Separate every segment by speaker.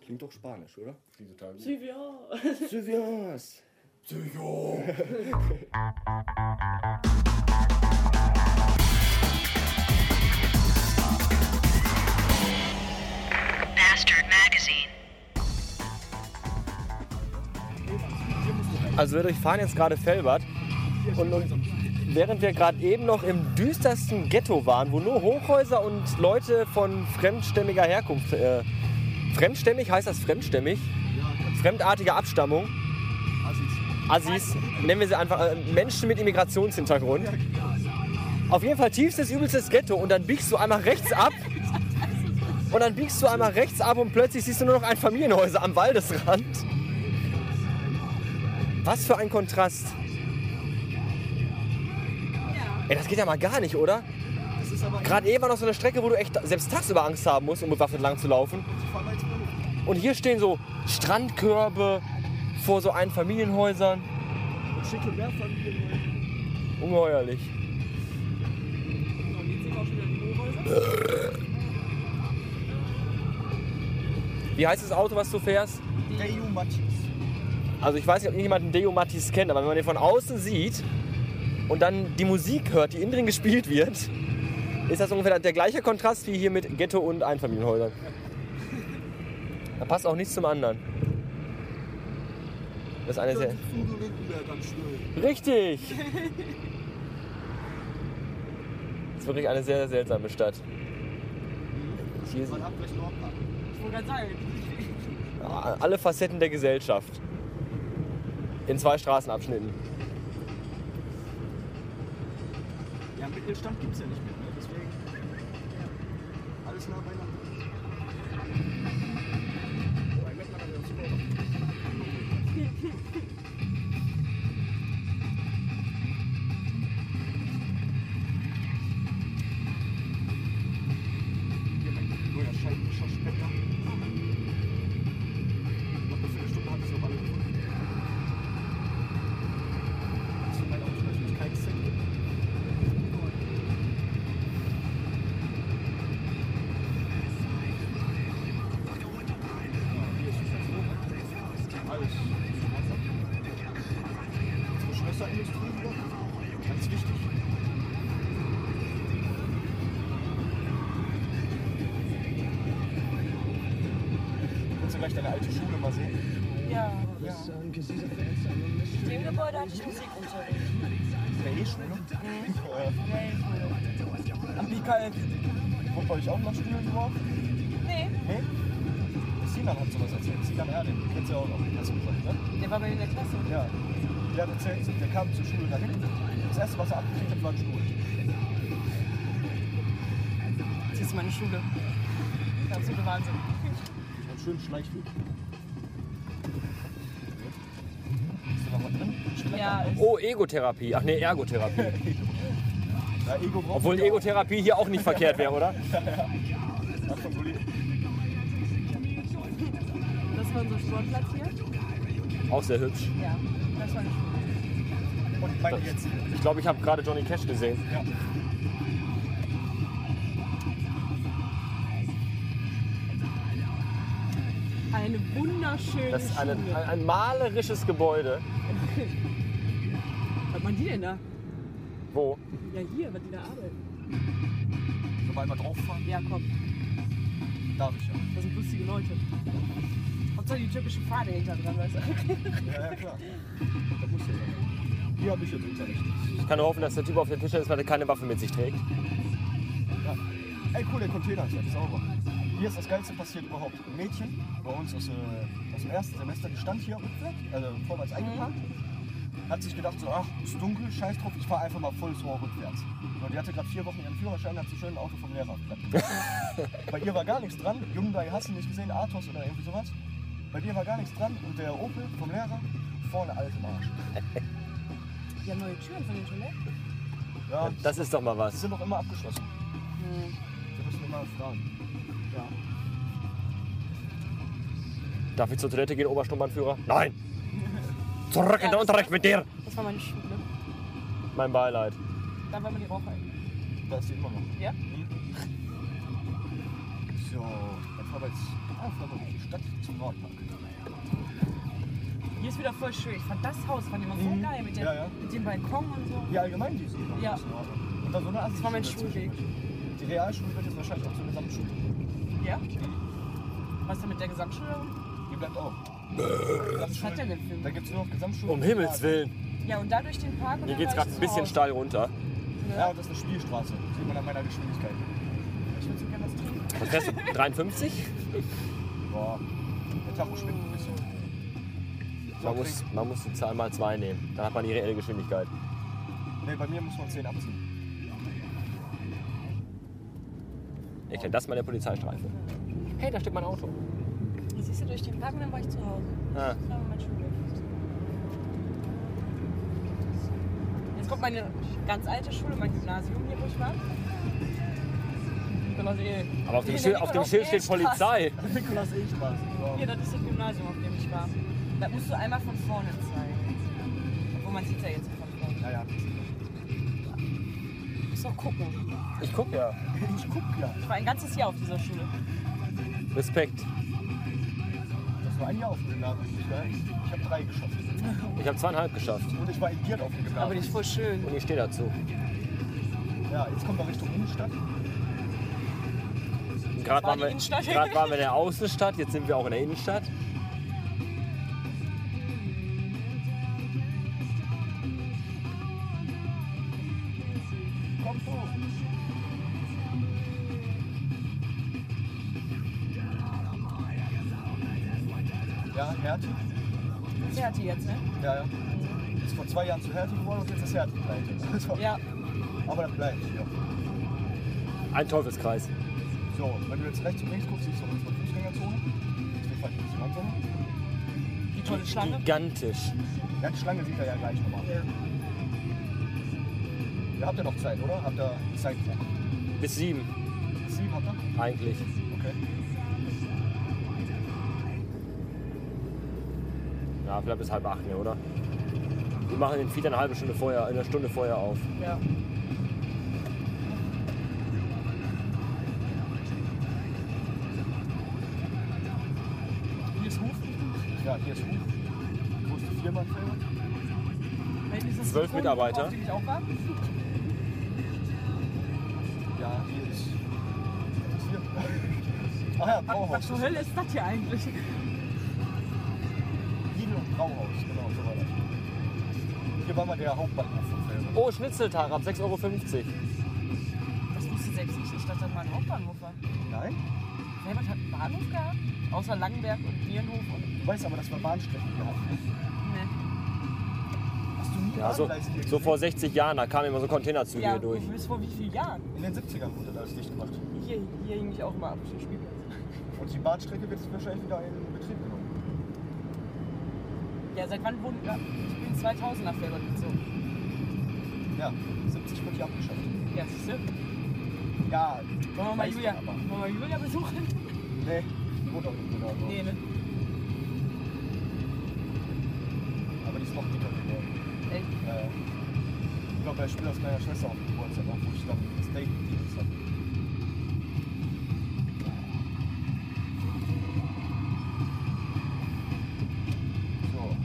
Speaker 1: Klingt doch Spanisch, oder?
Speaker 2: Klingt total gut.
Speaker 3: Silvia.
Speaker 1: Silvias!
Speaker 2: Psycho!
Speaker 4: Bastard Magazine.
Speaker 5: Also wir durchfahren jetzt gerade Felbert und, und während wir gerade eben noch im düstersten Ghetto waren, wo nur Hochhäuser und Leute von fremdstämmiger Herkunft, äh, fremdstämmig heißt das fremdstämmig, fremdartiger Abstammung, Assis, nennen wir sie einfach äh, Menschen mit Immigrationshintergrund. Auf jeden Fall tiefstes, übelstes Ghetto und dann biegst du einmal rechts ab und dann biegst du einmal rechts ab und plötzlich siehst du nur noch ein Familienhäuser am Waldesrand. Was für ein Kontrast. Ey, das geht ja mal gar nicht, oder? Gerade eben war noch so eine Strecke, wo du echt selbst tagsüber Angst haben musst, um bewaffnet lang zu laufen. Und hier stehen so Strandkörbe vor so Einfamilienhäusern.
Speaker 6: Schicke Mehrfamilienhäuser.
Speaker 5: Ungeheuerlich.
Speaker 3: Und jetzt sind wir auch schon wieder in die Hochhäuser.
Speaker 5: Wie heißt das Auto, was du fährst?
Speaker 6: Deju Matschis.
Speaker 5: Also ich weiß nicht, ob irgendjemand einen Deo Mattis kennt, aber wenn man den von außen sieht und dann die Musik hört, die innen drin gespielt wird, ist das ungefähr der gleiche Kontrast wie hier mit Ghetto und Einfamilienhäusern. Da passt auch nichts zum anderen. Das eine ist ja...
Speaker 6: Das ist Udo Lindenberg am Stuhl.
Speaker 5: Richtig! Das ist wirklich eine sehr, sehr seltsame Stadt. Hier sind
Speaker 6: Man hat recht Nordpark.
Speaker 3: Ich wollte gerade sagen.
Speaker 5: alle Facetten der Gesellschaft. In zwei Straßenabschnitten.
Speaker 6: Ja, Mittelstand gibt's ja nicht mehr. ne? Deswegen. Alles nah beieinander.
Speaker 2: Hier mein neuer Scheibenwischer Specker. Noch eine Viertelstunde habe ich noch alle gefunden. Das ist mein Auto, ich kein Cent. Alles. Unsere Schwesterindustrie wieder. Ganz wichtig. Kannst du gleich deine alte Schule mal sehen?
Speaker 3: Ja. In dem Gebäude hatte ich Musikunterricht.
Speaker 2: Der E-Schule. Äh,
Speaker 3: Am Michael.
Speaker 2: Wurde bei euch auch mal Stühle drauf?
Speaker 3: Nee,
Speaker 2: Nee? Sinan hat sowas erzählt. Sinan Erdem, kennst du ja auch noch. Hast du gesagt, ne?
Speaker 3: der war bei mir in der Klasse.
Speaker 2: Ja. Der hat erzählt, der kam zur Schule dahin. Das erste, was er abgekriegt hat, war ein Stuhl.
Speaker 3: Das ist meine Schule. Der absolute Wahnsinn.
Speaker 2: Ein schönen Schleichweg. Ist da noch was drin?
Speaker 3: Ja, ist
Speaker 5: Oh, Egotherapie. Ach nee, Ergotherapie. Genau.
Speaker 2: Ja, Ego braucht
Speaker 5: Obwohl
Speaker 2: ja auch.
Speaker 5: Egotherapie hier auch nicht verkehrt wäre, oder?
Speaker 2: Hat ne? von Bulli.
Speaker 3: das war unser Sportplatz hier.
Speaker 5: Auch sehr hübsch.
Speaker 3: Ja, das war eine Schule.
Speaker 2: Und meine jetzt. hier.
Speaker 5: Ich glaube, ich habe gerade Johnny Cash gesehen.
Speaker 2: Ja.
Speaker 3: Eine wunderschöne
Speaker 5: Das ist eine, ein,
Speaker 3: Schule.
Speaker 5: ein malerisches Gebäude.
Speaker 3: Was machen die denn da?
Speaker 5: Wo?
Speaker 3: Ja, hier, was die da arbeiten.
Speaker 2: Sollen wir einmal drauffahren?
Speaker 3: Ja, komm,
Speaker 2: Darf ich ja.
Speaker 3: das sind lustige Leute. Hauptsache die türkische Pfade hinter dran, weißt du?
Speaker 2: Ja, ja, klar. Da muss ja sein. Hier habe ich jetzt Unterricht.
Speaker 5: Ich kann nur hoffen, dass der Typ auf der Tische ist, weil er keine Waffe mit sich trägt.
Speaker 2: Ja. Ey, cool, der Container ist jetzt sauber. Hier ist das Geilste passiert überhaupt. Ein Mädchen bei uns aus, äh, aus dem ersten Semester, die stand hier rückwärts, also
Speaker 5: Mhm.
Speaker 2: vorwärts eingeparkt, hat sich gedacht, so, ach, ist dunkel, scheiß drauf, ich fahre einfach mal volles Rohr rückwärts. So, die hatte gerade vier Wochen ihren Führerschein, hat sich schön ein Auto vom Lehrer abgeklappt. bei ihr war gar nichts dran, Hyundai hast du nicht gesehen, Athos oder irgendwie sowas. Bei dir war gar nichts dran und der Opel vom Lehrer, vorne alt im Arsch.
Speaker 3: Die haben neue Türen von den Toiletten.
Speaker 2: Ja,
Speaker 5: Das ist doch mal
Speaker 2: die
Speaker 5: was.
Speaker 2: sind doch immer abgeschlossen.
Speaker 3: Hm.
Speaker 2: Wir müssen immer fragen.
Speaker 5: Darf ich zur Toilette gehen, Obersturmbannführer? Nein! Zurück in den Unterricht mit dir!
Speaker 3: Das war meine Schule.
Speaker 5: Mein Beileid.
Speaker 3: Da war man die Raucher.
Speaker 2: Da ist die immer noch.
Speaker 3: Ja?
Speaker 2: Mhm. So, dann fahren wir jetzt einfach mal durch die Stadt zum Nordpark.
Speaker 3: Hier ist wieder voll schön. Ich fand das Haus fand ich immer so
Speaker 2: Mhm.
Speaker 3: geil mit, den,
Speaker 2: Ja, ja.
Speaker 3: mit dem Balkon und so.
Speaker 2: Ja, allgemein die sind
Speaker 3: Ja.
Speaker 2: Und da so eine
Speaker 3: Das war mein
Speaker 2: Assi-Schule
Speaker 3: Schulweg.
Speaker 2: dazwischen. Die Realschule wird jetzt wahrscheinlich auch zur Gesamtschule.
Speaker 3: Ja? Was ist denn mit der Gesamtschule?
Speaker 2: Die bleibt auch.
Speaker 3: Was hat der denn für
Speaker 2: Da gibt es nur noch Gesamtschule.
Speaker 5: Um Himmels Willen.
Speaker 3: Ja, und da durch den Park. und
Speaker 5: Mir
Speaker 3: dann
Speaker 5: geht's
Speaker 3: war
Speaker 5: gerade
Speaker 3: ich
Speaker 5: ein
Speaker 3: zu
Speaker 5: bisschen
Speaker 3: Hause.
Speaker 5: steil runter.
Speaker 2: Ja, und das ist eine Spielstraße. Sieht man an meiner Geschwindigkeit.
Speaker 3: Ich würde so gerne was trinken.
Speaker 5: Was fährst du? 53?
Speaker 2: Boah, der Tacho spinnt ein bisschen. So,
Speaker 5: Man muss, man muss die Zahl mal 2 nehmen. Dann hat man die reelle Geschwindigkeit.
Speaker 2: trink. Nee, bei mir muss man 10 abziehen.
Speaker 5: Ich kenne das mal der Polizeistreife. Hey, da steht mein Auto.
Speaker 3: Jetzt siehst du durch den Park und dann war ich zu Hause.
Speaker 5: Ah.
Speaker 3: Das war mein Schulweg. Jetzt kommt meine ganz alte Schule, mein Gymnasium hier, wo ich war. Genau, Nikolaus Ehl.
Speaker 5: Aber auf dem,
Speaker 3: Nee,
Speaker 5: Schild,
Speaker 3: der
Speaker 5: auf dem Schild steht
Speaker 3: Nikolaus-Ehl-Straße.
Speaker 5: Polizei.
Speaker 2: Nikolas E-Straße.
Speaker 3: Hier, das ist das Gymnasium, auf dem ich war. Da musst du einmal von vorne zeigen. Obwohl, man sieht ja jetzt von vorne.
Speaker 2: Ja, ja.
Speaker 3: Du musst doch gucken.
Speaker 5: Ich guck ja.
Speaker 2: Ich guck ja.
Speaker 3: Ich war ein ganzes Jahr auf dieser Schule.
Speaker 5: Respekt.
Speaker 2: Das war ein Jahr auf dem Gymnasium. Ich, weiß, ich habe drei geschafft.
Speaker 5: Ich habe zweieinhalb geschafft.
Speaker 2: Und ich war in Giert auf dem Gymnasium.
Speaker 3: Aber die ist voll schön.
Speaker 5: Und ich stehe dazu.
Speaker 2: Ja, jetzt kommen wir Richtung Innenstadt.
Speaker 5: Und
Speaker 3: war
Speaker 5: Gerade waren,
Speaker 3: die
Speaker 5: wir-
Speaker 3: Innenstadt.
Speaker 5: gerade waren wir in der Außenstadt, jetzt sind wir auch in der Innenstadt.
Speaker 2: Kommt hoch. Ja, Hertie.
Speaker 3: Sie hat die jetzt, ne?
Speaker 2: Ja, ja. Ist vor zwei Jahren zu Hertie geworden und jetzt ist Hertie pleite. Also,
Speaker 3: Ja.
Speaker 2: Aber das bleibt hier.
Speaker 5: Ein Teufelskreis.
Speaker 2: So, wenn du jetzt rechts und links guckst, siehst du unsere Fußgängerzone. Das geht vielleicht ein bisschen langsamer.
Speaker 3: Die tolle Schlange.
Speaker 5: Gigantisch.
Speaker 2: Ja, die Schlange sieht er ja gleich nochmal. Ja. Ihr habt ja noch Zeit, oder? Habt ihr Zeitdruck?
Speaker 5: Bis sieben
Speaker 2: Sieben habt ihr?
Speaker 5: eigentlich.
Speaker 2: Okay.
Speaker 5: Ja, vielleicht bis halb acht, ne, oder? Wir machen den Feed eine halbe Stunde vorher, eine Stunde vorher auf.
Speaker 3: Ja.
Speaker 2: Hier ist Huf. Ja, hier ist Huf. Wo ist die Firma?
Speaker 3: Wenn dieses
Speaker 5: Zwölf
Speaker 3: Kunden-
Speaker 5: Mitarbeiter.
Speaker 3: Auf dem ich auch war.
Speaker 2: Ja, hier ist. Was ist hier? Ach ja,
Speaker 5: Oh,
Speaker 3: Was,
Speaker 2: Brauhaus.
Speaker 3: was zur Hölle ist das hier eigentlich?
Speaker 2: Lidl und Brauhaus, genau, so war das. Hier war mal der Hauptbahnhof von Felbert.
Speaker 5: Oh, Schnitzeltag ab 6,50 Euro.
Speaker 3: Das wusste selbst ich nicht, dass das mal ein Hauptbahnhof war.
Speaker 2: Nein?
Speaker 3: Helmut hat einen Bahnhof gehabt? Außer Langenberg und Nierenhof und.
Speaker 2: Du weißt aber, dass wir Bahnstrecken hier hatten.
Speaker 3: Ne.
Speaker 2: Hast du nie
Speaker 5: Ja, so,
Speaker 2: Bahngleise hier
Speaker 5: so
Speaker 2: gesehen?
Speaker 5: vor 60 Jahren, da kamen immer so Containerzüge
Speaker 3: Ja,
Speaker 5: hier durch.
Speaker 3: du bist vor wie vielen Jahren?
Speaker 2: In den 70ern wurde das dicht gemacht.
Speaker 3: Hier, hier hing ich auch immer ab auf dem Spielplatz.
Speaker 2: Und die Bahnstrecke wird jetzt wahrscheinlich wieder in Betrieb genommen.
Speaker 3: Ja, seit wann wohnen wir? Ich bin 2000 nach Felbert gezogen.
Speaker 2: Ja, 70 wird die abgeschafft.
Speaker 3: Ja, siehst du? Wollen
Speaker 2: Ja,
Speaker 3: wir mal
Speaker 2: weiß
Speaker 3: Julia,
Speaker 2: man
Speaker 3: wollen wir mal Julia besuchen?
Speaker 2: Nee, die wohnt auch nicht mehr da. so.
Speaker 3: Nee, ne?
Speaker 2: Aber die ist noch dicker geworden.
Speaker 3: Echt?
Speaker 2: Äh, ich glaube, bei Spielers kleiner Schwester auf dem Geburtstag, auch, wo ich dann das Date mit ihm hatte. So.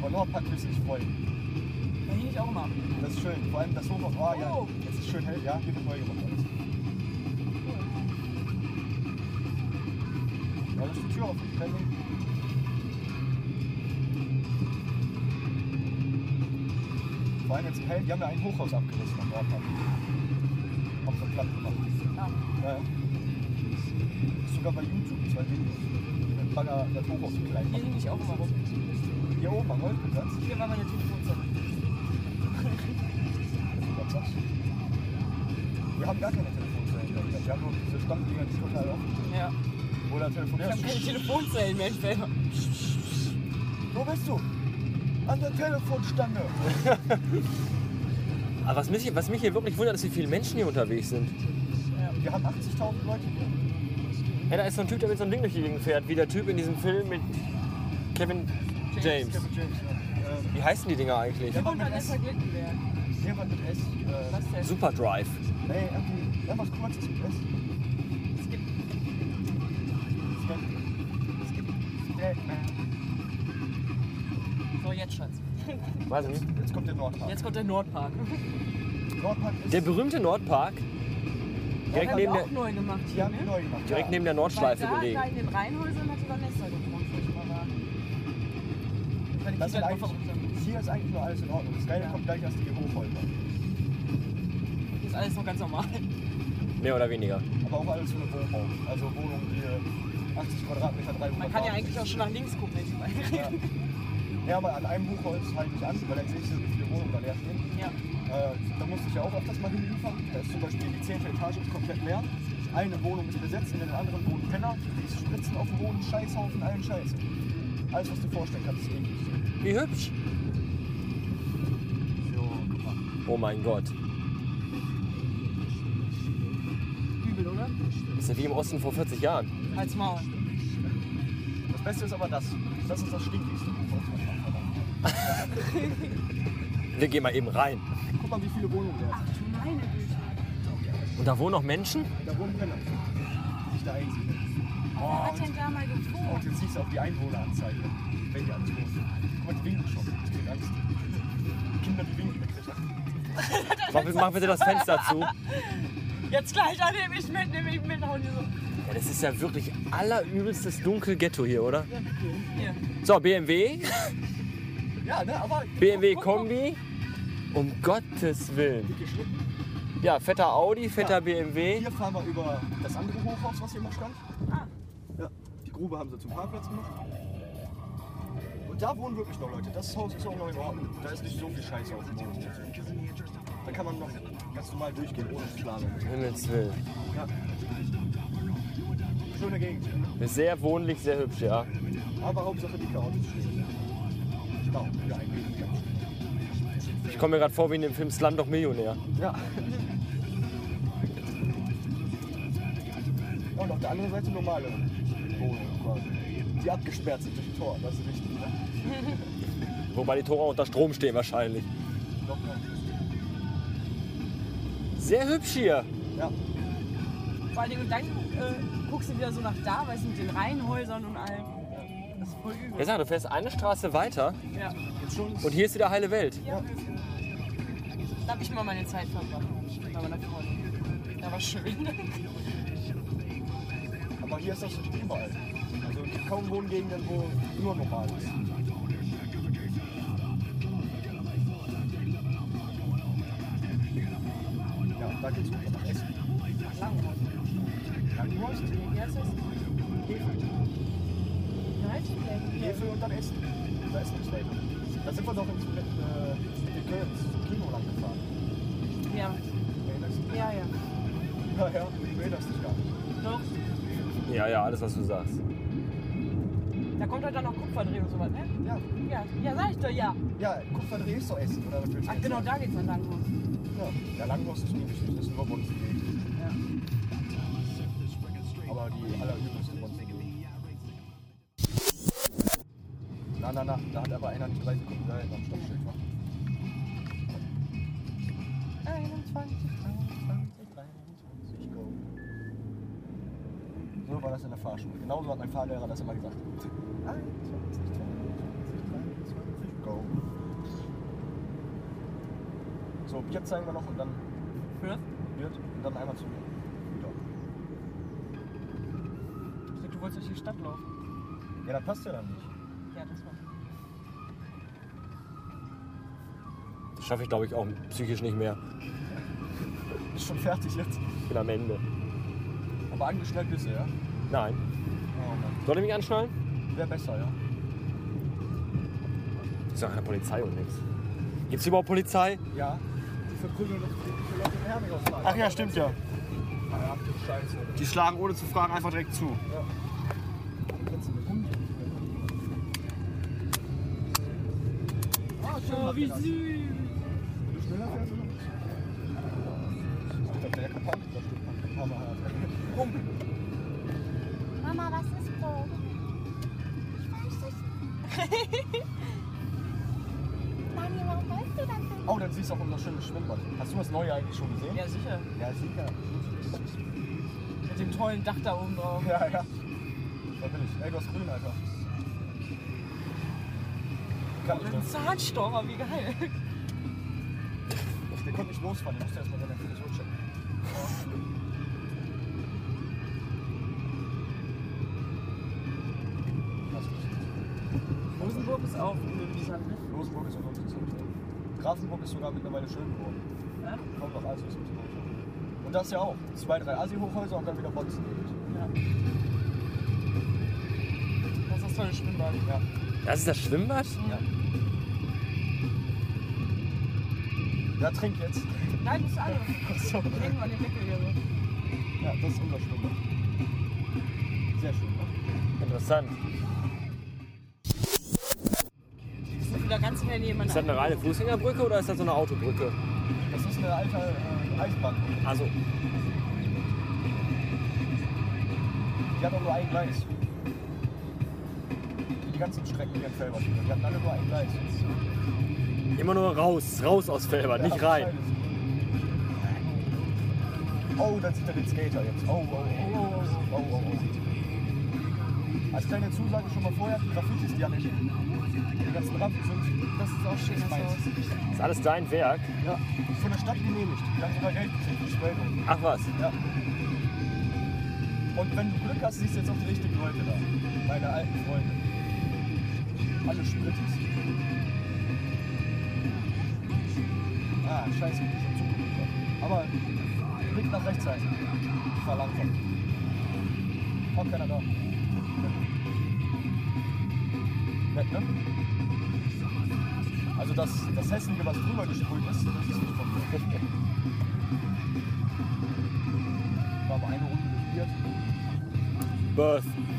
Speaker 2: Von Nordpark willst du dich freuen.
Speaker 3: Da hing ich auch immer ab.
Speaker 2: Das ist schön. Vor allem das Hochhaus. Ah, ja.
Speaker 3: Oh.
Speaker 2: Jetzt ist schön hell. Ja, hier wird neu gemacht. Alles. Ja, da ist die Tür offen. Kein Ding. Vor allem jetzt im Hellen. Die haben ja ein Hochhaus abgerissen am Nordpark. Haben sie platt gemacht.
Speaker 3: Ah.
Speaker 2: Ja, ja. Ist sogar bei YouTube zwei Videos. Mit dem Bagger das Hochhaus klein
Speaker 3: Hier hing ich auch immer rum.
Speaker 2: machen. Hier oben am Golfplatz.
Speaker 3: Hier war meine Telefonzelle.
Speaker 2: Was sagst du? Wir haben gar keine Telefonzellen. glaub ich. Wir haben nur diese Stammdinger, die total offen
Speaker 3: Ja.
Speaker 2: sind. Oder
Speaker 3: Ich
Speaker 2: telefonierst
Speaker 3: habe keine Telefonzellen mehr in Felbert.
Speaker 2: Wo bist du? An der Telefonstange.
Speaker 5: Aber was mich, was mich hier wirklich wundert, ist, wie viele Menschen hier unterwegs sind.
Speaker 2: Wir haben 80.000 Leute hier.
Speaker 5: Ja, da ist so ein Typ, der mit so einem Ding durch die Gegend fährt, wie der Typ in diesem Film mit Kevin
Speaker 2: Kevin James,
Speaker 5: James.
Speaker 2: ja. Ähm,
Speaker 5: Wie heißen die Dinger eigentlich?
Speaker 2: Ja.
Speaker 3: Und Vanessa Glittenberg.
Speaker 2: jemand mit S. Äh,
Speaker 3: Was denn?
Speaker 5: Superdrive.
Speaker 2: nee, irgendwie Ja, was Kurzes und Bestes.
Speaker 3: Es gibt
Speaker 2: Es gibt Statement.
Speaker 3: so jetzt Schatz.
Speaker 5: Weiß ich nicht.
Speaker 2: Jetzt kommt der Nordpark.
Speaker 3: Jetzt kommt der Nordpark.
Speaker 2: Nordpark ist
Speaker 5: Der berühmte Nordpark, direkt
Speaker 3: haben
Speaker 5: neben
Speaker 3: wir
Speaker 5: der,
Speaker 3: auch neu gemacht
Speaker 2: die
Speaker 3: hier,
Speaker 2: haben die
Speaker 3: ne?
Speaker 2: neu gemacht.
Speaker 5: direkt neben der
Speaker 3: Weil
Speaker 5: Nordschleife
Speaker 3: da, da
Speaker 5: gelegen.
Speaker 3: in den Rheinhäusern hat die Vanessa gewohnt, furchtbar war. Weil die
Speaker 2: das ist
Speaker 3: Kinder einfach
Speaker 2: eigentlich, hier ist eigentlich nur alles in Ordnung. Das Geile
Speaker 3: Ja.
Speaker 2: kommt gleich aus die Hochhäuser.
Speaker 3: ist alles noch ganz normal.
Speaker 5: Mehr oder weniger.
Speaker 2: Aber auch alles für eine Wohnung. Also Wohnungen, die 80 Quadratmeter, 300
Speaker 3: Man kann ja eigentlich auch schon nach links gucken, wenn ich meine.
Speaker 2: Ja. ja, aber an einem Buchholz halte ich an, weil da sehe ich so viele Wohnungen da leer stehen.
Speaker 3: Ja.
Speaker 2: Äh, da musste ich ja auch öfters mal hinliefern. Da ist zum Beispiel die 10. Etage ist komplett leer. Eine Wohnung ist besetzt, in der anderen wohnen Penner. Die spritzen auf dem Boden, Scheißhaufen, allen Scheiß. Alles, was du dir vorstellen kannst, ist eklig.
Speaker 5: Wie hübsch.
Speaker 2: Jo, guck mal.
Speaker 5: Oh mein Gott.
Speaker 3: Übel, oder?
Speaker 5: Ist ja wie im Osten vor 40 Jahren.
Speaker 3: Als Maul.
Speaker 2: Das Beste ist aber das. Das ist das stinkigste Buchholz. was man hat.
Speaker 5: Wir gehen mal eben rein.
Speaker 2: Guck mal, wie viele Wohnungen da sind.
Speaker 3: Meine Güte.
Speaker 5: Und da wohnen noch Menschen?
Speaker 2: Da wohnen Penner. Nicht der Einzige. Oh,
Speaker 3: Hat denn da mal
Speaker 2: Und
Speaker 3: gewohnt?
Speaker 2: jetzt siehst du auch die Einwohneranzeige, wenn die alles wohnen. Guck mal, die winken schon. Ich krieg Angst. Kinder, die winken.
Speaker 5: Mach, bitte- mach bitte das Fenster zu. Ja,
Speaker 3: Jetzt gleich, da nehme ich mit, nehme ich mit, hau die so.
Speaker 5: das ist ja wirklich allerübelstes Dunkelghetto hier, oder?
Speaker 3: Hier.
Speaker 5: So, BMW.
Speaker 2: Ja, ne, aber
Speaker 5: BMW Kombi. Um Gottes Willen. Ja, fetter Audi, fetter BMW.
Speaker 2: hier fahren wir über das andere Hochhaus, was hier noch stand.
Speaker 3: Ah.
Speaker 2: Ja, die Grube haben sie zum Parkplatz gemacht. Und da wohnen wirklich noch Leute. Das Haus ist auch noch in Ordnung. Da ist nicht so viel Scheiße auf dem Boden. Da kann man noch ganz normal durchgehen, ohne Planung.
Speaker 5: Um Himmels Willen.
Speaker 2: Ja. Schöne Gegend.
Speaker 5: Ist sehr wohnlich, sehr hübsch, ja.
Speaker 2: Aber Hauptsache die Chaoten stehen. Genau, wieder ein Gegend.
Speaker 5: Ich komme mir gerade vor wie in dem Film Slam doch Millionär.
Speaker 2: Ja. Und auf der anderen Seite normale Wohnungen quasi. Die abgesperrt sind durch ein Tor, das ist richtig. Ne?
Speaker 5: Wobei die Tore unter Strom stehen wahrscheinlich.
Speaker 2: Doch, ja.
Speaker 5: Sehr hübsch hier.
Speaker 2: ja.
Speaker 3: Vor allen Dingen, und dann äh, guckst du wieder so nach da, weißt du, mit den Reihenhäusern und allem. Das ist voll übel.
Speaker 5: Ja, sag, du fährst eine Straße weiter
Speaker 3: Ja.
Speaker 2: Jetzt schon ist
Speaker 5: und hier ist wieder heile Welt.
Speaker 3: ja. Da habe ich mal meine Zeit verbracht. Bei meiner Freundin. Da war schön.
Speaker 2: aber hier ist das überall. Also kaum Wohngegenden, wo nur normal ist. Ja, da geht's gut. nach Essen.
Speaker 3: ne?
Speaker 2: Krankenhaus,
Speaker 3: Wie heißt das?
Speaker 2: Hefe,
Speaker 3: Leitungsweg.
Speaker 2: Hefe und dann Essen. Da ist nichts weiter. Da sind wir doch ins, äh, in Köln ins Kino lang gefahren.
Speaker 3: Ja,
Speaker 2: Erinnerst du dich?
Speaker 3: ja, ja.
Speaker 2: Ja, ja, du erinnerst dich gar nicht.
Speaker 3: Doch.
Speaker 5: Ja, ja, alles, was du sagst.
Speaker 3: Da kommt halt dann noch Kupferdreh und sowas, ne?
Speaker 2: Ja,
Speaker 3: Ja, ja, sag ich doch, ja.
Speaker 2: ja Kupferdreh ist doch Essen, oder? was willst du
Speaker 3: Ach, genau,
Speaker 2: jetzt
Speaker 3: da geht's dann lang los.
Speaker 2: sagen? Ja, ja Langhaus ist mir wichtig, das ist nur Bonzen.
Speaker 3: Ja.
Speaker 2: Aber die allerübelste Bonzen. Na, na, na, da hat aber einer nicht drei Sekunden da hinten am Stoppschild gemacht.
Speaker 3: 21, 23,
Speaker 2: 23, go. So war das in der Fahrschule. Genauso hat mein Fahrlehrer das immer gesagt. 21, 22, 23, go. So, jetzt zeigen wir noch und dann
Speaker 3: Fürth?
Speaker 2: wird und dann einmal zu mir. Wieder.
Speaker 3: Ich dachte, du wolltest durch die Stadt laufen.
Speaker 2: Ja, das passt ja dann nicht.
Speaker 3: Ja, das war.
Speaker 5: Das schaffe ich, glaube ich, auch psychisch nicht mehr.
Speaker 2: Ist schon fertig jetzt.
Speaker 5: Ich bin am Ende.
Speaker 2: Aber angeschnallt bist du, ja?
Speaker 5: Nein.
Speaker 2: Oh Mann.
Speaker 5: Soll ich mich anschnallen?
Speaker 2: Wäre besser, ja.
Speaker 5: Das ist doch keine halt Polizei und nichts. Gibt's überhaupt Polizei?
Speaker 2: Ja. Die verprügeln doch die Leute im Herrenhaus. Ach ja, stimmt ja. Ah, Ja, du Scheiße.
Speaker 6: Die schlagen ohne zu fragen einfach direkt zu.
Speaker 2: Jetzt mit Hund. Ah,
Speaker 3: Oh, wie süß!
Speaker 2: Wenn du schneller fährst, oder? Ich glaub, der Jakob Punk, das stimmt. äh, Punk, Hammer hart. Pumpen.
Speaker 7: Mama, was ist Bogen? Ich weiß es. Daniel, warum wolltest du das denn
Speaker 2: Oh, dann siehst du auch unser schönes Schwimmbad. Hast du das neue eigentlich schon gesehen?
Speaker 3: Ja, sicher.
Speaker 2: Ja, sicher.
Speaker 3: Mit dem tollen Dach da oben drauf.
Speaker 2: Ja, ja. Da bin ich. Ey, du hast grün, Alter. Kann ich
Speaker 3: Mit einem
Speaker 2: nicht.
Speaker 3: Zahnstocher, wie geil.
Speaker 2: Der konnte nicht losfahren. Der musste erstmal seine Füße checken.
Speaker 3: Rosenburg ist auch in dieser Griff.
Speaker 2: Rosenburg ist uninteressant. Grafenburg ist sogar mittlerweile schön geworden.
Speaker 3: Ja?
Speaker 2: Kommt noch Assis und so weiter. Und das ja auch. Zwei, drei Asi-Hochhäuser und dann wieder Boxen.
Speaker 3: Das ist das tolle Schwimmbad.
Speaker 2: Ja.
Speaker 5: Das ist das Schwimmbad?
Speaker 2: Ja, trink jetzt.
Speaker 3: Nein, das ist alles.
Speaker 2: So.
Speaker 3: Ich hänge mal den Deckel hier so.
Speaker 2: Ja, das ist unser Schwimmbad. Sehr schön. ne?
Speaker 5: Interessant.
Speaker 3: Und da ganz in der Nähe meiner
Speaker 5: Ist das eine reine Fußgängerbrücke oder ist das so eine Autobrücke?
Speaker 2: Das ist eine alte äh, Eisbahn.
Speaker 5: Also,
Speaker 2: Die hat auch nur ein Gleis. Die ganzen Strecken hier in Felbert. Die hatten alle nur ein Gleis.
Speaker 5: immer nur raus, raus aus Felbert, nicht
Speaker 2: Ja,
Speaker 5: rein.
Speaker 2: scheiße. Oh, dann sieht er den Skater jetzt. Oh, oh, oh, oh, oh, oh, oh. Als kleine Zusage schon mal vorher, die Graffitis, die an den, die ganzen Rampen sind, das ist auch schön, das meins.
Speaker 5: Ist alles dein Werk?
Speaker 2: Ja, von der Stadt genehmigt. Die haben sogar Geld gekriegt für die Sprengung.
Speaker 5: Ach was.
Speaker 2: Ja. Und wenn du Glück hast, siehst du jetzt auch die richtigen Leute da. Meine alten Freunde. Alle Sprittis. Ah, scheiße, ich bin schon zugekommen. Aber Blick nach rechts halt. Verlangsamt. Auch keiner da. Nett, ne? Also das, das Hässliche, was drüber gesprüht ist, das ist nicht von mir. Ich habe eine Runde gespielt.
Speaker 5: Birth.